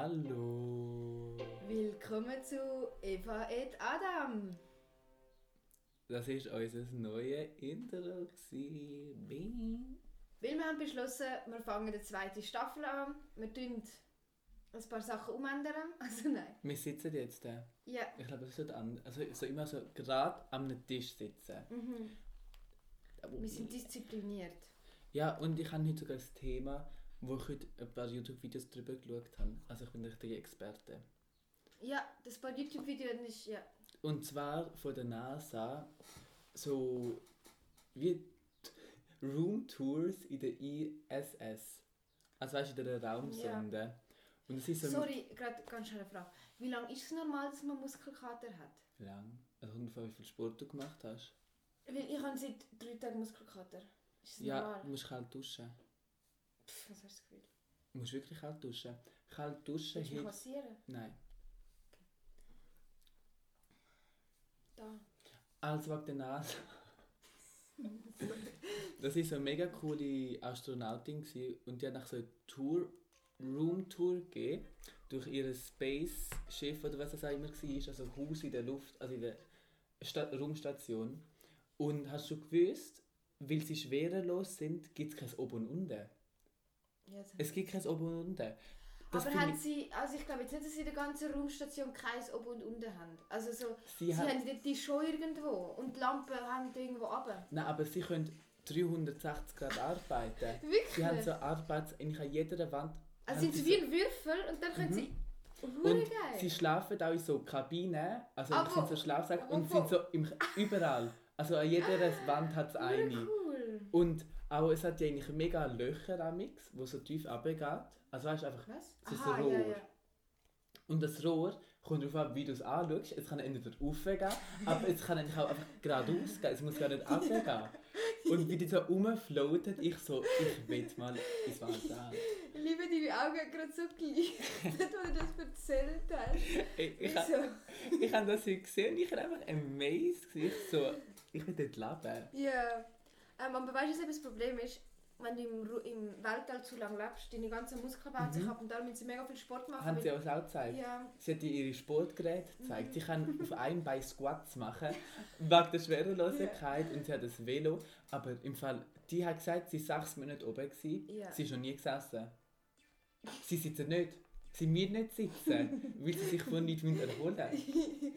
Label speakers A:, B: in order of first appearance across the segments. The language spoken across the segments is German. A: Hallo.
B: Willkommen zu Eva et Adam.
A: Das war unser neues Intro. gewesen. Bing.
B: Weil wir haben beschlossen, wir fangen die zweite Staffel an. Wir tun ein paar Sachen umändern. Also nein.
A: Wir sitzen jetzt da.
B: Ja.
A: Ich glaube, das wird an, also so immer so gerade am Tisch sitzen.
B: Mhm. Wir sind diszipliniert.
A: Ja, und ich habe heute sogar das Thema, wo ich heute ein paar YouTube-Videos drüber geschaut habe. Also ich bin ein richtiger Experte.
B: Ja, das paar YouTube-Videos ist ja.
A: Und zwar von der NASA so wie die Room Tours in der ISS. Also weißt du, in der Raumsonde. Und es ist so
B: Sorry, gerade ganz schnell eine Frage. Wie lange ist es normal, dass man Muskelkater hat?
A: lang. Also ungefähr wie viel Sport du gemacht hast.
B: Weil ich habe seit drei Tagen Muskelkater. Ist das
A: Ja, du
B: normal?
A: musst kalt duschen.
B: Pff, was hast du das Gefühl?
A: Du musst wirklich kalt duschen. Kalt duschen
B: Willst du mich
A: hilft...
B: massieren?
A: Nein.
B: Da.
A: Also wegen der NASA. das war so eine mega coole Astronautin gewesen und die hat nach so einer Tour, Roomtour gegeben, durch ihr Space-Schiff oder was das auch immer war, also Haus in der Luft, also in der Sta Raumstation. Und hast du gewusst, weil sie schwerelos sind, gibt es kein Oben und Unten.
B: Ja, jetzt
A: Es gibt kein Oben und Unten. Das
B: aber
A: finde
B: haben
A: ich-
B: sie, also ich glaube jetzt nicht, dass sie in der ganzen Raumstation keins oben und unten haben. Also so,
A: Sie
B: sie,
A: haben-
B: haben die- die schon irgendwo und die Lampen haben die irgendwo runter.
A: Nein, aber sie können 360 Grad arbeiten.
B: Wirklich?
A: Sie haben so Arbeits... Eigentlich an jeder Wand... haben
B: also sind
A: sie
B: sie wie ein Würfel und dann können sie... Hure
A: Mhm. Und sie
B: geil!
A: schlafen auch in so Kabinen, also
B: Aber-
A: es sind so Schlafsäcke
B: aber
A: und
B: wo-
A: sind so im, überall. Also an jeder Wand hat es
B: Hure
A: eine.
B: cool!
A: Und auch es hat ja eigentlich mega Löcher am Mix, wo so tief abgeht. Also weißt du einfach.
B: Was?
A: Es ist ein Rohr. Und das Rohr kommt darauf an, wie du es anschaust. Es kann entweder raufgehen, aber es kann eigentlich auch einfach geradeaus gehen. Es muss gar nicht runtergehen. Und wie die so rumfloatet, ich so, ich will mal ins Wasser.
B: Ich liebe deine Augen gerade so gleich, als du das erzählt hast. Also,
A: Ich, ich,
B: Wieso?
A: ich habe das heute gesehen und ich war einfach amazed. Ich so, ich will dort leben.
B: Ja. Ähm, aber weißt du, was eben das Problem ist? Wenn du im, Ru- im Weltall zu lange lebst, deine ganzen Muskeln bauen sich ab und darum müssen sie mega viel Sport machen.
A: Mhm. Haben
B: weil-
A: sie uns auch gezeigt.
B: Ja.
A: Sie hat dir ihre Sportgeräte gezeigt. Sie kann auf einem Bein Squats machen, wegen der Schwerelosigkeit und sie hat ein Velo. Aber im Fall, die hat gesagt, sie war sechs Monate oben. Gewesen.
B: Ja.
A: Sie ist noch nie gesessen. Sie sitzen nicht. Sie müssen nicht sitzen, weil sie sich von nichts müssen erholen müssen.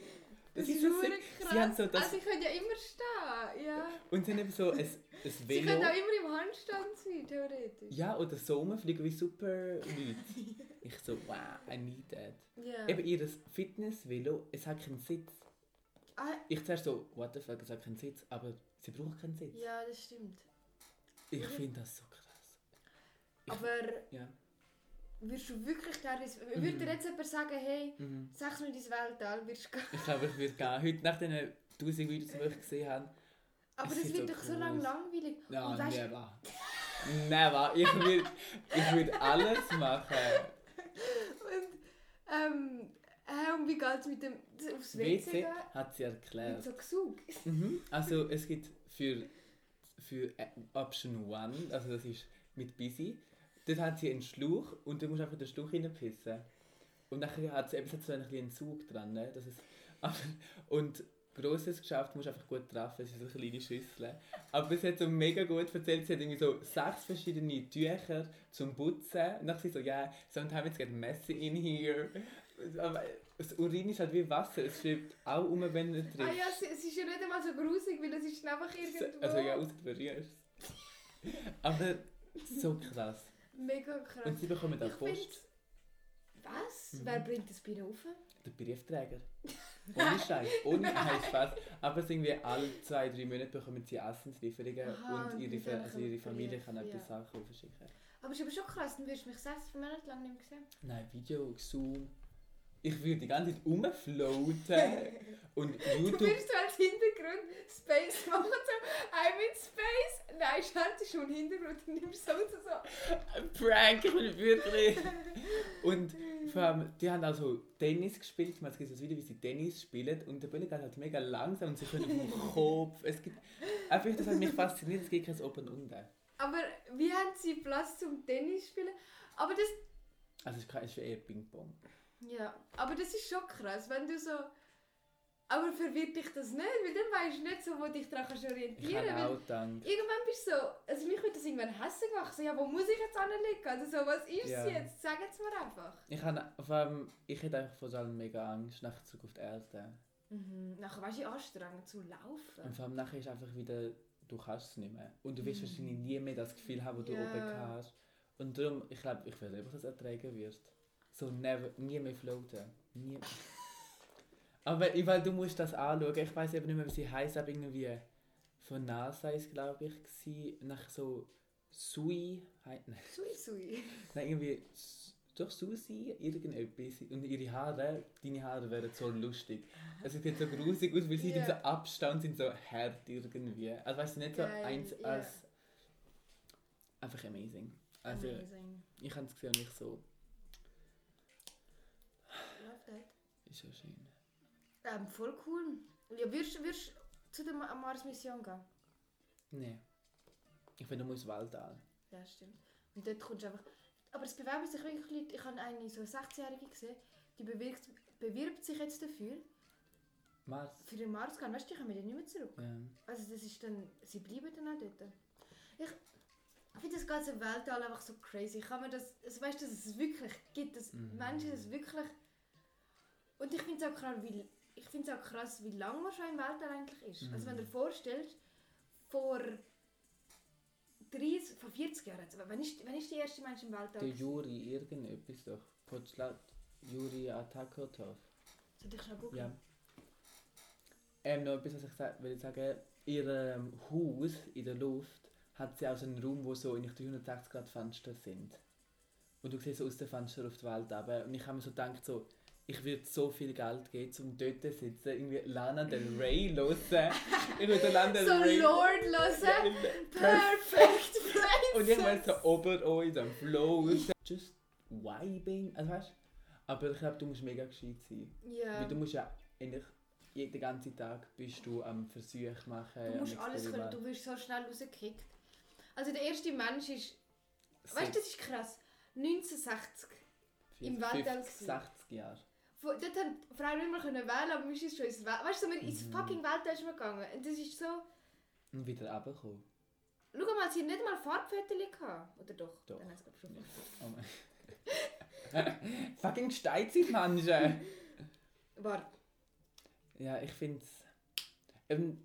B: Das, ist
A: so
B: super
A: sick.
B: krass.
A: Sie haben so das,
B: Also ich könnte ja immer stehen, ja.
A: und sie haben eben so ein, ein
B: Sie
A: Velo.
B: können auch immer im Handstand sein, theoretisch.
A: Ja, oder so rumfliegen wie super Leute. Ich so, wow, I need that.
B: Ja.
A: Eben ihr Fitness-Velo, es hat keinen Sitz.
B: Ah,
A: Ich zuerst so, what the fuck, es hat keinen Sitz, aber sie braucht keinen Sitz.
B: ja, das stimmt.
A: Ich finde das so krass. Ich-
B: Aber
A: Ja.
B: würdest du wirklich gerne... ins- Würde dir jetzt jemand sagen, hey,
A: Mhm.
B: sechs Minuten ins Weltall, würdest du gehen?
A: Ich glaube, ich würde gehen. Heute nach den 1000 Videos, die ich gesehen habe,
B: Aber
A: Es
B: das
A: ist
B: wird
A: so
B: doch so lang
A: gross.
B: langweilig.
A: ja,
B: und weißt,
A: never. Never. Ich würde ich würd alles machen.
B: und, ähm, äh, und wie geht es mit dem... aufs WC
A: WC
B: gehen?
A: hat sie
B: Mit
A: erklärt.
B: so Gesug.
A: Mhm. Also es gibt für, für äh, Option 1, also das ist mit Busy, dort hat sie einen Schlauch und du musst einfach in den Schlauch reinpissen. Und nachher hat sie eben es hat so einen kleinen Zug dran. Ne? Das ist, aber, und grosses Geschäft musst du einfach gut treffen, es ist so eine kleine Schüssel. Aber sie hat so mega gut erzählt, sie hat irgendwie so sechs verschiedene Tücher zum Putzen. Und dann sie so, ja, yeah, sometimes get messy in here. Aber das Urin ist halt wie Wasser, es schwebt auch um, wenn du nicht
B: Ah
A: trinkst.
B: ja, es, es ist ja nicht einmal so grusig, weil es ist einfach irgendwo...
A: Also ja, außer du berührst. Aber so krass.
B: Mega krass.
A: Und sie bekommen auch
B: Ich find's-
A: Post. Mhm.
B: Was? Wer bringt das Bier rauf?
A: Der Briefträger. Ohne Scheiß. Ohne Scheiß Spaß. Aber es sind irgendwie alle zwei, drei Monate bekommen sie Essenslieferungen
B: Aha,
A: und
B: und
A: ihre,
B: mit
A: Fa-
B: denen
A: also
B: kommen
A: ihre Familie
B: Briefe,
A: kann auch die
B: ja.
A: Sachen aufschicken.
B: Aber es ist aber schon krass, dann wirst du mich sechs Monate lang nicht mehr sehen.
A: Nein, Video, Zoom. Ich würde die ganze Zeit rumfloaten. und
B: Du
A: YouTube.
B: wirst so als Hintergrund Space machen, so I'm in Space. Nein, Schalt ist schon Hintergrund, dann nimmst du so so.
A: Prank, ich bin wirklich. Und vor allem, die haben also Tennis gespielt. Ich meine, es gibt so ein Video, wie sie Tennis spielen. Und der Bälle geht halt mega langsam und sie können mit dem Kopf. Es gibt, einfach, das hat mich fasziniert, es gibt kein Open und Unten.
B: Aber wie haben sie Platz zum Tennis spielen? Aber das,
A: Also es ist eher Ping-Pong.
B: Ja, aber das ist schon krass, wenn du so... Aber verwirrt dich das nicht, weil dann weißt du nicht so, wo dich daran kannst
A: Ich
B: orientieren
A: habe
B: weil
A: auch gedacht.
B: Irgendwann bist du so... Also mich würde das irgendwann hässlich machen, so, ja, wo muss ich jetzt anlegen? Also so, was ist
A: Ja.
B: es jetzt? Sag jetzt mir einfach.
A: Ich, habe, vor allem, ich hätte einfach vor allem mega Angst nach Zukunft Erde.
B: Mhm. Nachher weißt du, anstrengend zu
A: Und
B: laufen.
A: vor allem nachher ist einfach wieder, du kannst es nicht mehr. Und du wirst wahrscheinlich nie mehr das Gefühl haben, das du
B: Ja.
A: oben hast. Und darum, ich glaube, ich will einfach, dass du es ertragen wirst. So never, nie mehr floaten. Nie mehr. aber ich- weil du musst das anschauen. Ich weiß eben nicht mehr, wie sie heißt, aber irgendwie von NASA ist glaube ich, gsi nach so Sui, hei- nein,
B: Sui, sui.
A: nein, irgendwie S- doch Susi, irgendetwas. Und ihre Haare, deine Haare wären so lustig. Es sieht jetzt so grusig aus, weil sie
B: Ja.
A: sind so abstand sind so hart irgendwie. Also weißt du nicht so
B: Geil,
A: eins
B: ja.
A: als einfach amazing. Also
B: Amazing.
A: ich habe es gesehen und ich so,
B: Läuft halt.
A: ist ja schön.
B: Ähm, voll cool. Ja, würdest würdest du zu der Ma- Mars-Mission gehen?
A: Nee. Ich finde, du musst Waldal.
B: Ja, stimmt. Und dort kommst du einfach... Aber es bewerben sich wirklich Leute. Ich habe eine so 16-Jährige gesehen, die bewirkt, bewirbt sich jetzt dafür,
A: Mars.
B: für den Mars zu gehen. Weißt du, die kommen dann nicht mehr zurück.
A: Ähm,
B: Also das ist dann... Sie bleiben dann auch dort. Ich, ich finde das ganze Weltall einfach so crazy. Ich kann mir das... Also weißt du, dass es wirklich gibt, dass
A: Mhm.
B: Menschen das wirklich... Und ich finde es auch krass, wie... Ich finde es auch krass, wie lange man schon im Weltall eigentlich ist. Also
A: Mhm.
B: wenn du dir vorstellst, vor 30, vor 40 Jahren, also wann ist, wann ist der erste Mensch im Weltall?
A: der
B: gewesen?
A: Juri, irgendetwas doch. Potschlat. Juri Atakotov.
B: Soll ich schnell gucken?
A: Ja. Ähm, noch etwas, was ich sa- will sagen Ihr ähm, Haus in der Luft hat sie auch so einen Raum, wo so in 360 Grad Fenster sind. Und du siehst so aus den Fenstern auf die Welt runter. Und ich habe mir so gedacht, so, ich würde so viel Geld geben, um dort zu sitzen, irgendwie Lana Del Rey hören. Ich würde Lana Del
B: So
A: Rey...
B: Lord hören. Perfect Princess.
A: Und irgendwann so oben euch, dann Flow. Just vibing. Also weißt Aber ich glaube, du musst mega gescheit sein.
B: Ja.
A: Weil du musst ja eigentlich jeden ganzen Tag bist du am Versuch machen.
B: Du
A: am
B: musst alles können,
A: Experiment.
B: du wirst so schnell rausgekickt. Also der erste Mensch ist, weißt du, das ist krass, 1960. im Weltall
A: 50, 60 Jahre.
B: Wo- Dort haben Frauen nicht mehr können wählen, aber wir sind schon ins Weltall, weißt du, so, wir ins
A: Mhm.
B: fucking Weltall sind wir gegangen. Und das ist so,
A: Und wieder runterkommen.
B: schau mal, sie haben nicht mal Farbfettel gehabt. Oder doch?
A: Doch.
B: Dann hat's glaub ich schon.
A: Oh mein- Fucking steigt sich manche.
B: Warte.
A: Ja, ich finde es. Ähm,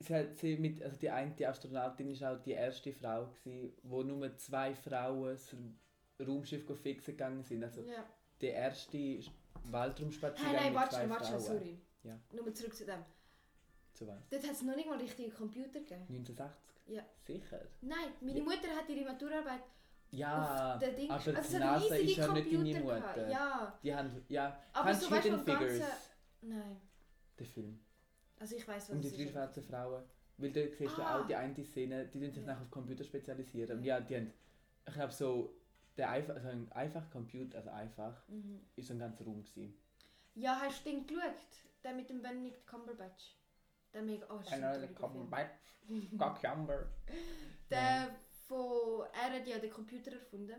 A: sie hat sie mit, also die eine die Astronautin war auch die erste Frau, gewesen, wo nur zwei Frauen das Raumschiff fixen gegangen sind. Also
B: Ja.
A: der erste Weltraumspaziergang
B: Hey, nein,
A: mit
B: warte
A: zwei
B: schnell, warte schnell,
A: Frauen.
B: sorry.
A: Ja.
B: Nur zurück zu dem.
A: Zu was?
B: Dort hat es noch nicht mal richtige Computer gegeben.
A: 1980?
B: Ja.
A: Sicher?
B: Nein, meine Mutter hat ihre Maturarbeit
A: Ja,
B: auf den Ding
A: Ah, aber
B: also
A: die
B: es hat
A: NASA ist
B: riesige
A: ja nicht deine
B: Computer gehabt.
A: Mutter.
B: Ja,
A: Die haben, ja,
B: Aber
A: Hans
B: so weißt du,
A: Hidden
B: vom
A: Figures,
B: Ganzen- nein.
A: der Film.
B: Also ich weiß, was
A: Um die
B: es
A: drei
B: ist.
A: schwarzen Frauen. Weil dort siehst du
B: Ah.
A: auch die eine Szene, die tun sich
B: Ja.
A: nachher auf Computer spezialisieren. Und ja, die haben, ich glaube so, der einfach, also ein einfach Computer, also einfach,
B: Mhm.
A: ist so ein ganzer Raum gewesen.
B: Ja, hast du den geschaut? Der mit dem Benedict Cumberbatch. Der mega... Oh, stimmt,
A: Einer
B: der
A: der
B: mega
A: kommt
B: Film.
A: bei, Cucumber.
B: Der, von... Er hat ja den Computer erfunden.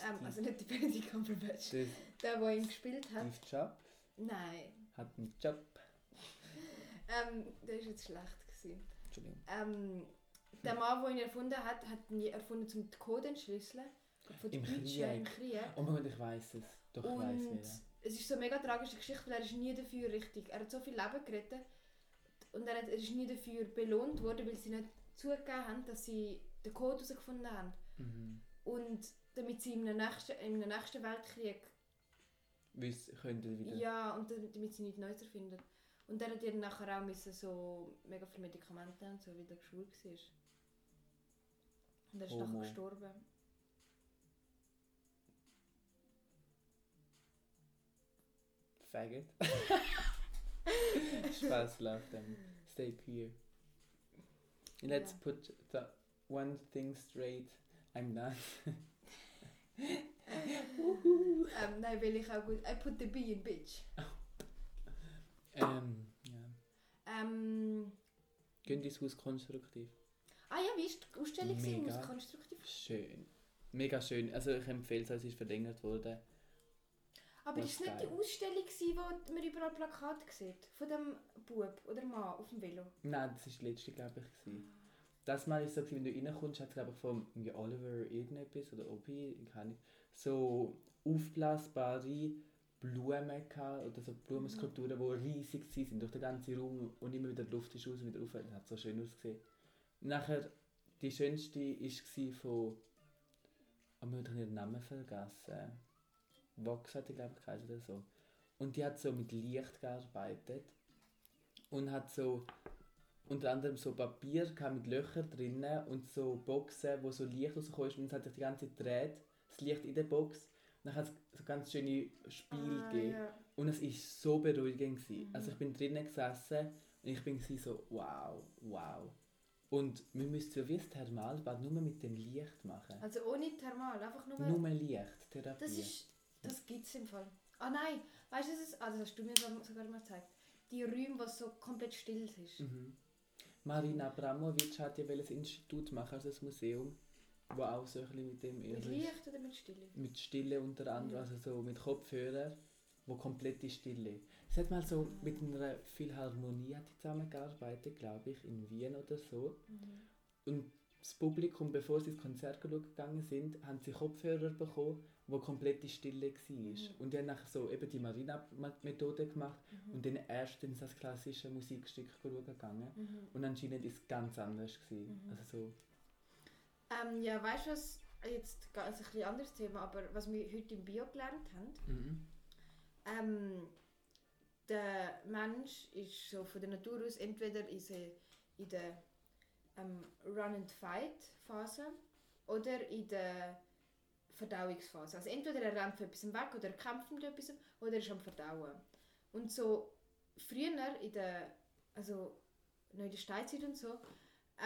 B: Ähm,
A: Steve.
B: also nicht der Benedict Cumberbatch.
A: Der
B: Der, der ihn gespielt hat.
A: Steve Jobs
B: Nein.
A: hat einen Job.
B: Ähm, der ist jetzt schlecht gewesen.
A: Entschuldigung.
B: Ähm, der
A: Hm.
B: Mann, der ihn erfunden hat, hat ihn erfunden, um die Code zu entschlüsseln. Von den
A: Im
B: Deutschen im
A: Krieg.
B: Krieg.
A: Oh mein Gott, ich weiß es. Doch, ich weiß
B: Und
A: es.
B: es ist so eine mega tragische Geschichte, weil er ist nie dafür richtig. Er hat so viel Leben gerettet und er, hat, er ist nie dafür belohnt worden, weil sie nicht zugegeben haben, dass sie den Code herausgefunden haben.
A: Mhm.
B: Und damit sie im nächsten, im nächsten Weltkrieg,
A: Weil es könnte wieder.
B: ja. und dann- damit sie nichts Neues erfinden. Und er hat ihr nachher auch müssen so mega viele Medikamente und so, weil er schwul war. Und er ist
A: Homo.
B: nachher gestorben.
A: Faggot. Spaß love them. Stay pure. Let's
B: Yeah.
A: put the one thing straight. I'm not.
B: Ähm, nein, weil ich auch gut... I put the bee in bitch.
A: Ähm, ja.
B: Ähm...
A: Gehen ins Haus konstruktiv.
B: Ah ja, wie war die Ausstellung? Mega.
A: Mega.
B: Muss konstruktiv
A: Schön. mega schön. Also ich empfehle es, es ist verlängert worden.
B: Aber
A: Das
B: ist es nicht die
A: geil.
B: Ausstellung, gewesen, wo man überall Plakate sieht? Von dem Bub oder Mann auf dem Velo?
A: Nein, das war die letzte, glaube ich. Gewesen. Das Mal ist so, gewesen, wenn du reinkommst, hat es, glaube ich, von irgendwie Oliver irgendetwas oder Obi, keine Ahnung, so aufblasbare Blumen gehabt, oder so Blumenskulpturen, die riesig gewesen sind durch den ganzen Raum und immer wieder die Luft ist raus und wieder rauf. Das hat so schön ausgesehen. Nachher, die schönste war von... Oh, man hat den Namen vergessen. Vox hat die, glaube ich, geheißen oder so. Und die hat so mit Licht gearbeitet. Und hat so unter anderem so Papier gehabt mit Löchern drinnen und so Boxen, wo so Licht rausgekommen ist und es hat sich die ganze Zeit gedreht, das Licht in der Box. Dann hat es so ganz schöne Spiele
B: Ah,
A: gegeben.
B: ja.
A: Und es war so beruhigend. Mhm. Also ich bin drinnen gesessen und ich bin gewesen so, wow, wow. Und wir müssen so wie das Thermalbad nur mit dem Licht machen.
B: Also ohne Thermal, einfach nur...
A: nur Licht, Therapie.
B: das ist... Das gibt es im Fall. Ah nein, weißt du, das ist... Ah, das hast du mir sogar mal gezeigt. Die Räume, wo so komplett still ist.
A: Mhm. Marina Abramovic hat ja ein Institut machen, also das Museum, wo auch so ein bisschen mit dem
B: Mit
A: ist.
B: Licht Mhm. oder mit Stille?
A: Mit Stille unter anderem, also so mit Kopfhörer, wo komplette Stille. Es hat mal so mit einer Philharmonie hat die zusammengearbeitet, glaube ich, in Wien oder so.
B: Mhm.
A: Und das Publikum, bevor sie ins Konzert geschaut gegangen sind, haben sie Kopfhörer bekommen, wo komplette Stille war. Und die haben nachher so eben die Marina-Methode gemacht
B: Mhm.
A: und dann erst ins das klassische Musikstück schauen gegangen.
B: Mhm.
A: Und anscheinend war es ganz anders. Gewesen. Also so,
B: Ähm, ja, weißt du was? Jetzt ganz ein bisschen anderes Thema, aber was wir heute im Bio gelernt haben.
A: mhm.
B: Ähm, der Mensch ist so von der Natur aus entweder in, se, in der ähm, Run-and-Fight-Phase oder in der Verdauungsphase. Also entweder er rennt von etwas weg oder er kämpft mit etwas oder er ist am Verdauen. Und so früher in der, also noch in der Steinzeit und so,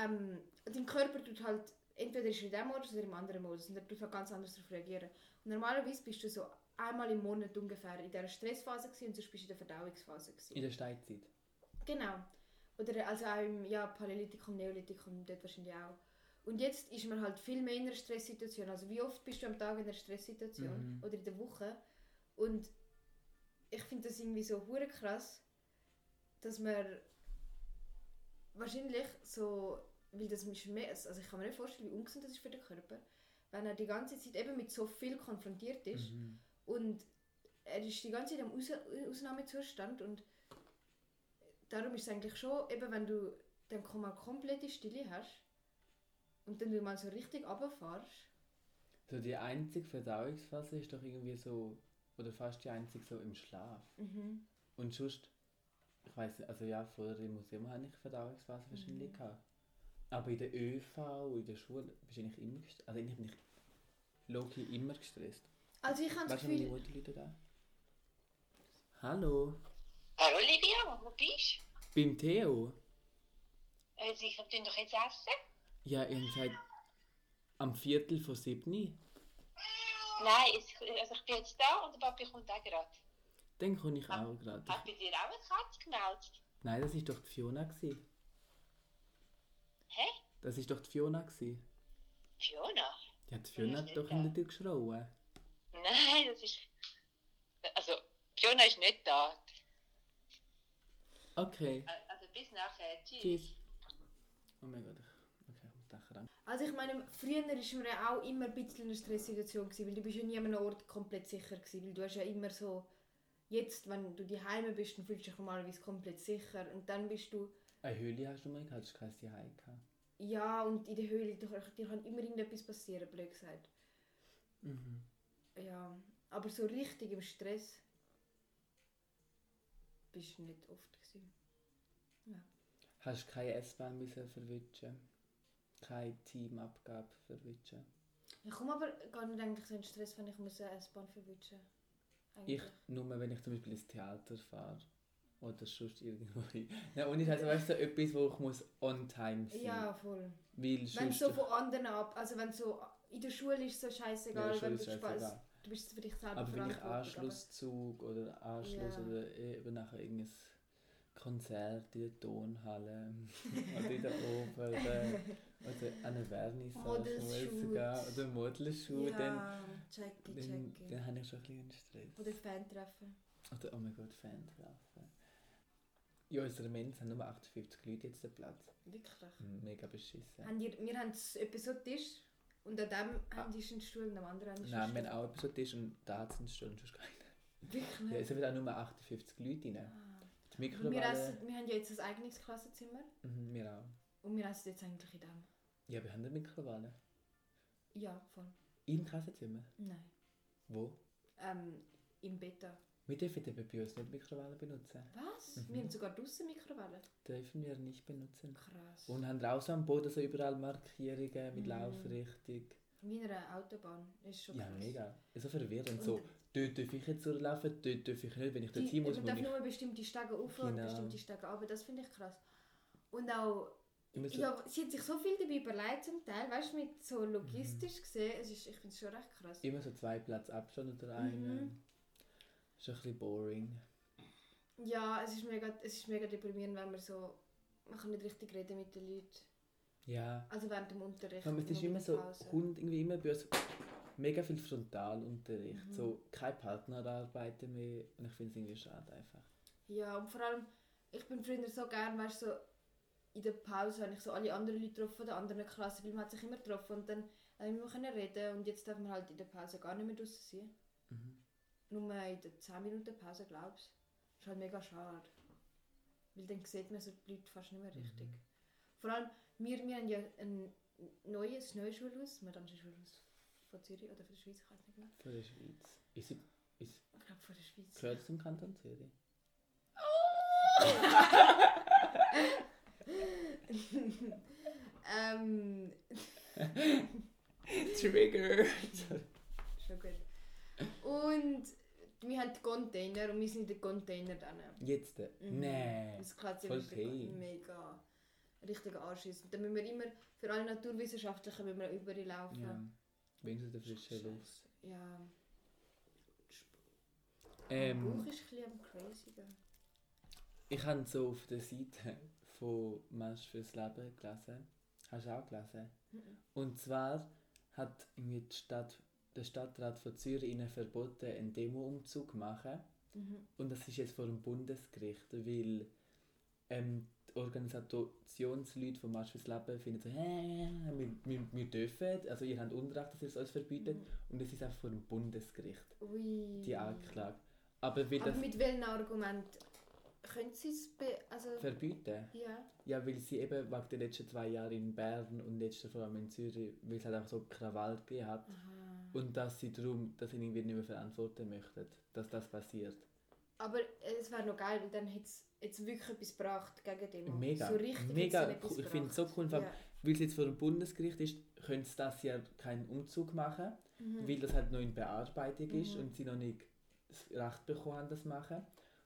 B: ähm, dein Körper tut halt, entweder ist er in diesem Modus oder im anderen Modus und er tut halt ganz anders darauf reagieren. Und normalerweise bist du so einmal im Monat ungefähr in dieser Stressphase gewesen, und sonst bist du in der Verdauungsphase. Gewesen.
A: in der Steinzeit.
B: Genau. Oder also auch im ja, Paläolithikum, Neolithikum, dort wahrscheinlich auch. Und jetzt ist man halt viel mehr in einer Stresssituation. Also wie oft bist du am Tag in einer Stresssituation
A: Mhm.
B: oder in der Woche? Und ich finde das irgendwie so hure krass, dass man wahrscheinlich so, weil das ist mehr, also ich kann mir nicht vorstellen, wie ungesund das ist für den Körper, wenn er die ganze Zeit eben mit so viel konfrontiert ist.
A: Mhm.
B: Und er ist die ganze Zeit im Aus Ausnahmezustand und darum ist es eigentlich schon, eben wenn du dann kom- mal komplette Stille hast und dann du mal so richtig runterfährst.
A: So die einzige Verdauungsphase ist doch irgendwie so, oder fast die einzige so im Schlaf. Und sonst, ich weiß nicht, also ja, vorher im Museum hatte ich Verdauungsphase
B: Mhm.
A: wahrscheinlich. Gehabt. Aber in der ÖV, in der Schule, wahrscheinlich immer gestresst. Also ich bin ich Loki immer gestresst.
B: Also ich habe das
A: Weißt du, wie
B: Gefühl,
A: meine Mutter Leute da? Hallo,
C: Hallo Äh, Olivia, wo bist
A: beim Theo?
C: du? Äh, sicher, wir doch jetzt essen?
A: Ja, ihr habt gesagt, am Viertel vor sieben.
C: Nein, es, also ich bin jetzt da und der Papi kommt auch gerade.
A: Dann komme ich auch gerade.
C: Hat bei dir auch eine Katze gemeldet?
A: Nein, das war doch die Fiona. Gewesen.
C: Hä?
A: Das war doch die Fiona. Gewesen.
C: Fiona?
A: Ja, die Fiona
C: ist
A: hat
C: nicht
A: doch
C: da.
A: hinter dir geschrauen.
C: Nein, das ist... Also, Fiona ist nicht da.
A: Okay,
C: Äh, Also bis nachher, tschüss.
A: tschüss. Oh mein Gott, ich- okay, ich muss nachher an.
B: also ich meine, früher war man ja auch immer ein bisschen in einer Stresssituation, gewesen, weil du bist ja nie an einem Ort komplett sicher gewesen, weil du hast ja immer so, jetzt wenn du daheim bist, dann fühlst du dich normalerweise komplett sicher und dann bist du
A: Eine Höhle hast du mal gehabt, hast du kein Zuhause gehabt.
B: Ja, und in der Höhle, dir, dir kann immer irgendetwas passieren, blöd gesagt.
A: Mhm.
B: Ja, aber so richtig im Stress bist du nicht oft gewesen.
A: Hast keine S-Bahn müssen verwitschen. Keine Teamabgabe verwitschen.
B: Ich komme aber gar nicht eigentlich so in Stress, wenn ich muss eine S-Bahn verwischen Mhm.
A: Ich nur, wenn ich zum Beispiel ins Theater fahre. Oder sonst irgendwo hin. Nein, und ich also, weißt du, so etwas, wo ich muss on time sein
B: Ja, voll.
A: Weil
B: Wenn
A: sonst...
B: es so von anderen ab, also wenn so in der Schule ist so scheißegal,
A: Ja,
B: wenn du
A: Schule ist
B: Spaß,
A: scheißegal.
B: du bist für dich selber
A: Aber wenn ich
B: verantwortlich, aber-
A: Anschlusszug oder Anschluss
B: Ja.
A: oder eben nachher irgendein Konzert in der Tonhalle oder in der Oper oder Oder eine Vernissage
B: Modelschule.
A: mal sogar. Oder Modelschuhe. Dann,
B: Ja, checke,
A: dann,
B: checke.
A: dann habe ich schon ein bisschen einen Stress.
B: Oder Fantreffen.
A: Oder oh mein Gott, Fantreffen. Ja, also unsere Mensa haben nur 58 Leute jetzt den Platz.
B: Wirklich.
A: Mega beschissen.
B: Haben die, wir haben s- etwas so Tisch und an dem haben die einen Stuhl und am anderen haben die
A: Nein, wir
B: einen Stuhl.
A: haben auch etwas so Tisch und da sind es schon schon keine.
B: Wirklich.
A: Ja, es sind auch nur 58 Leute rein.
B: Ah.
A: Die
B: Und wir,
A: Mikrowelle.
B: essen, wir haben ja jetzt ein eigenes Klassenzimmer
A: Mhm, wir auch.
B: und wir essen jetzt eigentlich in dem.
A: Ja, wir haben eine Mikrowelle.
B: Ja, voll.
A: Im Klassenzimmer.
B: Nein.
A: Wo?
B: Ähm, Im Beta.
A: Wir dürfen eben bei uns nicht Mikrowelle benutzen.
B: Was?
A: Mhm.
B: Wir haben sogar draußen Mikrowellen.
A: Dürfen wir nicht benutzen.
B: Krass.
A: Und haben auch so am Boden so überall Markierungen mit
B: Mhm.
A: Laufrichtung.
B: Wie in einer Autobahn. Ist schon
A: Ja,
B: krass.
A: mega. So verwirrend.
B: Und-
A: So, dort darf ich jetzt durchlaufen, dort darf ich nicht. Wenn ich dort
B: Die,
A: hin muss,
B: man
A: muss
B: darf
A: ich
B: nur bestimmte Stege auf und
A: Genau.
B: bestimmte Stege runter. Das finde ich krass. Und auch,
A: immer so...
B: ja, sie hat sich so viel dabei überlegt zum Teil, weißt du, mit so
A: Mhm.
B: logistisch gesehen, es ist, ich finde es schon recht krass.
A: immer so zwei Plätze Abstand oder einen.
B: Mhm.
A: Ist ein bisschen boring.
B: Ja, es ist mega, es ist mega deprimierend, wenn man so, man kann nicht richtig reden mit den Leuten.
A: Ja.
B: Also während dem Unterricht.
A: Aber es ist
B: nur
A: immer
B: in
A: so,
B: der Pause.
A: Hund irgendwie immer bei uns mega viel Frontalunterricht.
B: Mhm.
A: So keine Partnerarbeiten mehr. Und ich finde es irgendwie schade einfach.
B: Ja, und vor allem, ich bin früher so gern, weißt du, so in der Pause habe ich so alle anderen Leute getroffen von der anderen Klasse, weil man hat sich immer getroffen und dann haben wir können reden und jetzt darf man halt in der Pause gar nicht mehr draußen sein.
A: Mhm.
B: Nur in der 10 Minuten Pause, glaubst du? Ist halt mega schade. Weil dann sieht man so die Leute fast nicht mehr
A: Mhm.
B: richtig. Vor allem, wir, wir haben ja ein neues, neues Schulhaus, wir haben ein Schulhaus von Zürich oder von der Schweiz, ich weiß nicht mehr.
A: Von der Schweiz. Ist sie, ist,
B: Ich glaube von der Schweiz.
A: gehört es zum Kanton Zürich?
B: Ähm,
A: Trigger!
B: Schon gut. Und wir haben die Container und wir sind in den Container drin.
A: Jetzt? äh,
B: Mhm.
A: Nee.
B: Das kratzt
A: voll
B: richtig
A: fein.
B: mega richtiger Arsch ist. Und dann müssen wir immer, für alle Naturwissenschaftlichen müssen wir überall laufen.
A: Ja. Wenigstens der frische Luft.
B: Ja. Mein
A: Ähm,
B: Bauch ist ein bisschen am crazy. gell?
A: ich habe so auf der Seite von Mensch fürs Leben gelesen. Hast du auch gelesen?
B: Mhm.
A: Und zwar hat irgendwie die Stadt, der Stadtrat von Zürich ihnen verboten, einen Demoumzug zu machen.
B: Mhm.
A: Und das ist jetzt vor dem Bundesgericht, weil ähm, die Organisationsleute von Marsch fürs Leben finden so, hä, wir, wir, wir dürfen, also ihr habt Unrecht, dass ihr es uns verbietet.
B: Mhm.
A: Und es ist einfach vor dem Bundesgericht,
B: Ui.
A: die Anklage. Aber wird
B: Aber
A: das
B: mit welchem Argument können sie es be... Also,
A: verbieten?
B: ja.
A: Ja, weil sie eben wegen den letzten zwei Jahren in Bern und letzter vor allem in Zürich, weil es halt auch so Krawall gegeben hat,
B: Mhm. Aha.
A: Und dass sie darum, dass sie irgendwie nicht mehr verantworten möchten, dass das passiert.
B: Aber es wäre noch geil, weil dann hätte es jetzt wirklich etwas gebracht gegen den
A: Mega,
B: So richtig hätte
A: mega
B: es etwas
A: cool. Ich finde es so
B: gebracht.
A: cool, vor allem-
B: Ja.
A: Weil es jetzt vor dem Bundesgericht ist, können sie das Jahr keinen Umzug machen,
B: Mhm.
A: weil das halt noch in Bearbeitung ist
B: Mhm.
A: und sie noch nicht das Recht bekommen haben, das zu machen.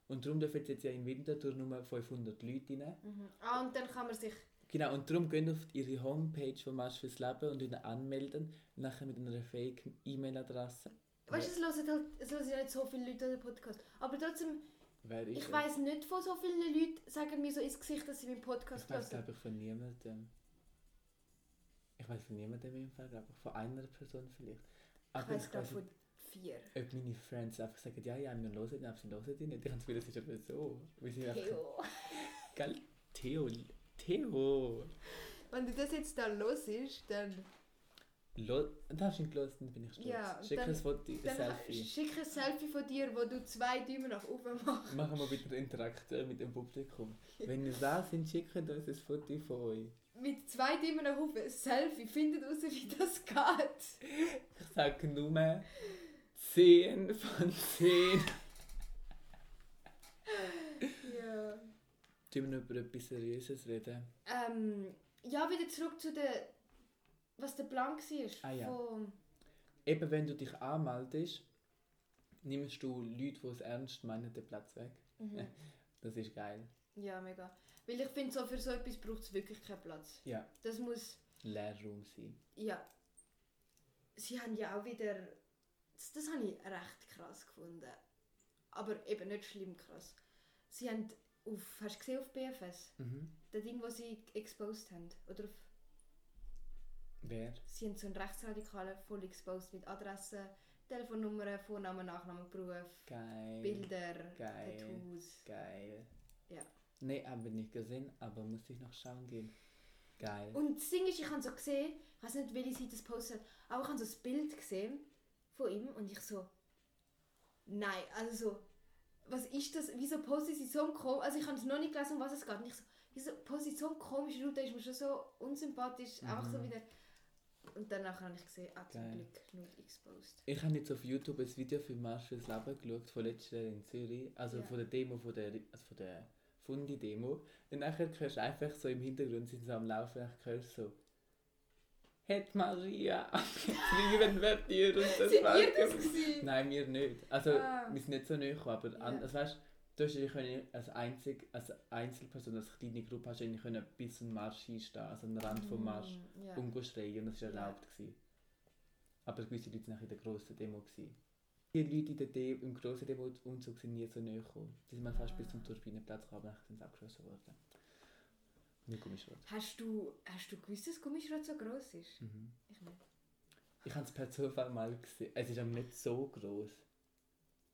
A: Und darum dürfen jetzt ja im Winterthur nur 500 Leute rein.
B: Mhm. Ah, und dann kann man sich.
A: Genau, und darum gehen auf ihre Homepage von Marsch fürs Leben und ihnen anmelden, nachher mit einer fake E-Mail-Adresse.
B: Weißt du, es hören halt es hören ja nicht so viele Leute den Podcast. Aber trotzdem,
A: Wer ist
B: ich
A: es?
B: weiß nicht von so vielen Leuten, sagen mir so ins Gesicht, dass sie meinen Podcast
A: Ich weiß,
B: hören.
A: glaube ich, von niemandem. Ich weiß von niemandem im Fall, glaube ich. Von einer Person vielleicht.
B: Ich
A: Aber
B: weiß,
A: ich
B: glaube
A: weiß
B: von
A: nicht,
B: vier.
A: ob meine Friends einfach sagen, ja, ja, wir hören ihn, aber sie hören ihn nicht. Ich habe das Gefühl, das ist aber so. Weil sie einfach,
B: Theo.
A: gell? Theo, Theo.
B: Wenn du das jetzt da los ist, dann,
A: Lo und hast du ihn gelesen, dann bin ich stolz.
B: Ja, und
A: Schick
B: dann-
A: ein Foto, ein
B: dann
A: Selfie.
B: schick ein Selfie von dir, wo du zwei Däume nach oben machst.
A: Machen wir wieder Interaktion mit dem Publikum. Wenn ihr da sind, schickt uns ein Foto von euch.
B: Mit zwei Däumen nach oben ein Selfie. Findet raus, wie das geht.
A: Ich sage nur 10 von 10.
B: Ja.
A: Tun wir noch über etwas Seriöses reden?
B: Ähm, ja, wieder zurück zu der. Was der Plan war.
A: Ah, ja.
B: Von,
A: Eben, wenn du dich anmeldest, nimmst du Leute, die es ernst meinen, den Platz weg.
B: mhm.
A: Das ist geil.
B: Ja, mega. Weil ich finde, so für so etwas braucht es wirklich keinen Platz.
A: Ja.
B: Das muss,
A: Lehrraum sein.
B: ja. Sie haben ja auch wieder, das, das habe ich recht krass gefunden. Aber eben nicht schlimm krass. Sie haben auf, hast du gesehen auf BFS?
A: Mhm.
B: Das Ding, das sie exposed haben? Oder auf,
A: Wer?
B: Sie haben so einen Rechtsradikalen voll exposed mit Adressen, Telefonnummern, Vornamen, Nachnamen, Beruf,
A: Geil.
B: Bilder,
A: Geil.
B: Tattoos.
A: Geil.
B: Ja.
A: Nee, haben wir nicht gesehen, aber muss ich noch schauen gehen. Geil.
B: Und das Ding ist, ich habe so gesehen, ich weiß nicht, welche Seite das postet hat, aber ich habe so das Bild gesehen von ihm und ich so, nein, also so, was ist das, wieso postet sie so einen kom- also ich habe es noch nicht gelesen, um was es geht, und ich so, wieso postet sie so einen komischen Route, ist mir schon so unsympathisch, einfach so wieder, und danach habe ich gesehen, ah, zum
A: Mhm. Geil.
B: Glück nicht exposed.
A: Ich habe jetzt auf YouTube ein Video für Marsch fürs Leben geschaut, von letzter Jahr in Zürich. Also
B: Ja.
A: von der Demo, von der, also von der Fundi-Demo. Und nachher hörst du einfach so im Hintergrund, sind sie am Laufen, und dann hörst du so «Hat Maria abgetrieben, wer dir und das
B: Sind ihr
A: Werk
B: das
A: gemacht?»
B: gewesen?
A: Nein, wir nicht. Also,
B: Ah.
A: wir sind nicht so nahe gekommen, aber
B: Ja.
A: an, also, weißt, du hast dich können als, einzig, als Einzelperson, als kleine Gruppe, hast du eigentlich können bis zum Marsch hinstehen, also am Rand vom Marsch,
B: Mm, ja.
A: umschreien und das war
B: Ja.
A: erlaubt. Gewesen. Aber gewisse Leute waren nachher in der grossen Demo. Gewesen. Die Leute in der De im grossen Demo-Umzug sind nie so nahe gekommen. Die sind fast
B: Ah.
A: bis zum Turbinenplatz gekommen, aber nachher sind sie abgeschossen worden. Nur komisch worden.
B: Hast du, hast du gewusst, dass Gummischrot so gross ist?
A: Mhm.
B: Ich nicht.
A: Ich habe es per Zufall mal gesehen. Es ist aber nicht so groß.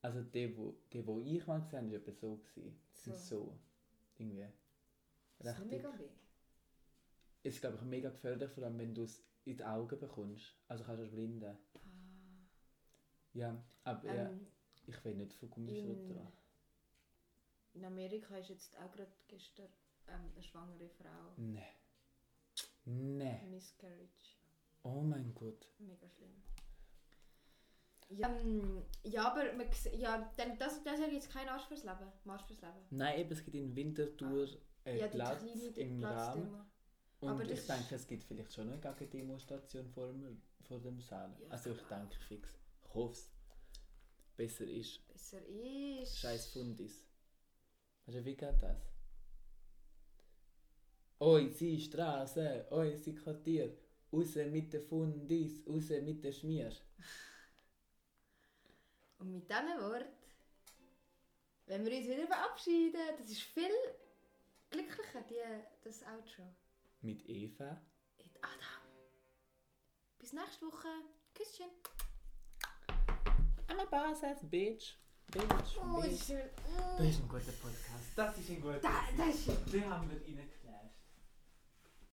A: Also der, wo, der, wo ich mal gesehen habe, war etwa so. Gewesen.
B: So.
A: So. so. Irgendwie.
B: Das ist
A: Recht
B: nicht
A: dick.
B: mega weh.
A: Es ist, glaube ich, mega gefährlich, vor allem wenn du es in die Augen bekommst. Also kannst du erblinden.
B: Ah.
A: Ja, aber ja,
B: Ähm,
A: ich will nicht von Gummischrott
B: in-
A: dran.
B: In Amerika ist jetzt auch gerade gestern ähm, eine schwangere Frau.
A: Nee. Nee.
B: Miscarriage.
A: Oh mein Gott.
B: Mega schlimm. Ja, ähm, ja aber man, gse- ja, dann, das, das ist jetzt kein Arsch fürs Leben. Marsch fürs Leben.
A: Nein, eben, es gibt in Winterthur einen
B: Ah. ja,
A: Platz im Rahmen.
B: Platzdemo.
A: Und
B: Aber das
A: ich
B: ist-
A: denke, es gibt vielleicht schon eine Gegendemostation vor dem, vor dem Saal.
B: Ja,
A: also ich
B: klar.
A: denke fix. Ich hoffe es. Besser ist.
B: Besser ist.
A: Scheiß Fundis. Also wie geht das? Unsere Straße, unser Quartier. Raus mit den Fundis, raus mit den Schmier.
B: Und mit diesen Worten, wenn wir uns wieder verabschieden, das ist viel glücklicher, die, das Outro.
A: Mit Eva.
B: Mit Adam. Bis nächste Woche. Küsschen.
A: Alle Basis, Bitch. Bitch,
B: Oh,
A: Bitch.
B: schön. Mm.
A: Das ist ein guter Podcast. Das ist ein guter
B: Da, da ist schön.
A: Den haben wir Ihnen